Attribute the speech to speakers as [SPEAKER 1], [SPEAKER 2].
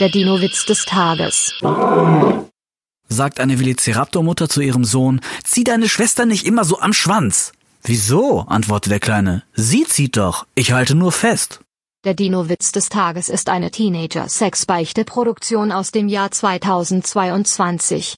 [SPEAKER 1] Der Dino-Witz des Tages.
[SPEAKER 2] sagt eine Velociraptor-Mutter zu ihrem Sohn, zieh deine Schwester nicht immer so am Schwanz. Wieso? antwortet der Kleine. Sie zieht doch. Ich halte nur fest.
[SPEAKER 1] Der Dino-Witz des Tages ist eine Teenager-Sex-Beichte-Produktion aus dem Jahr 2022.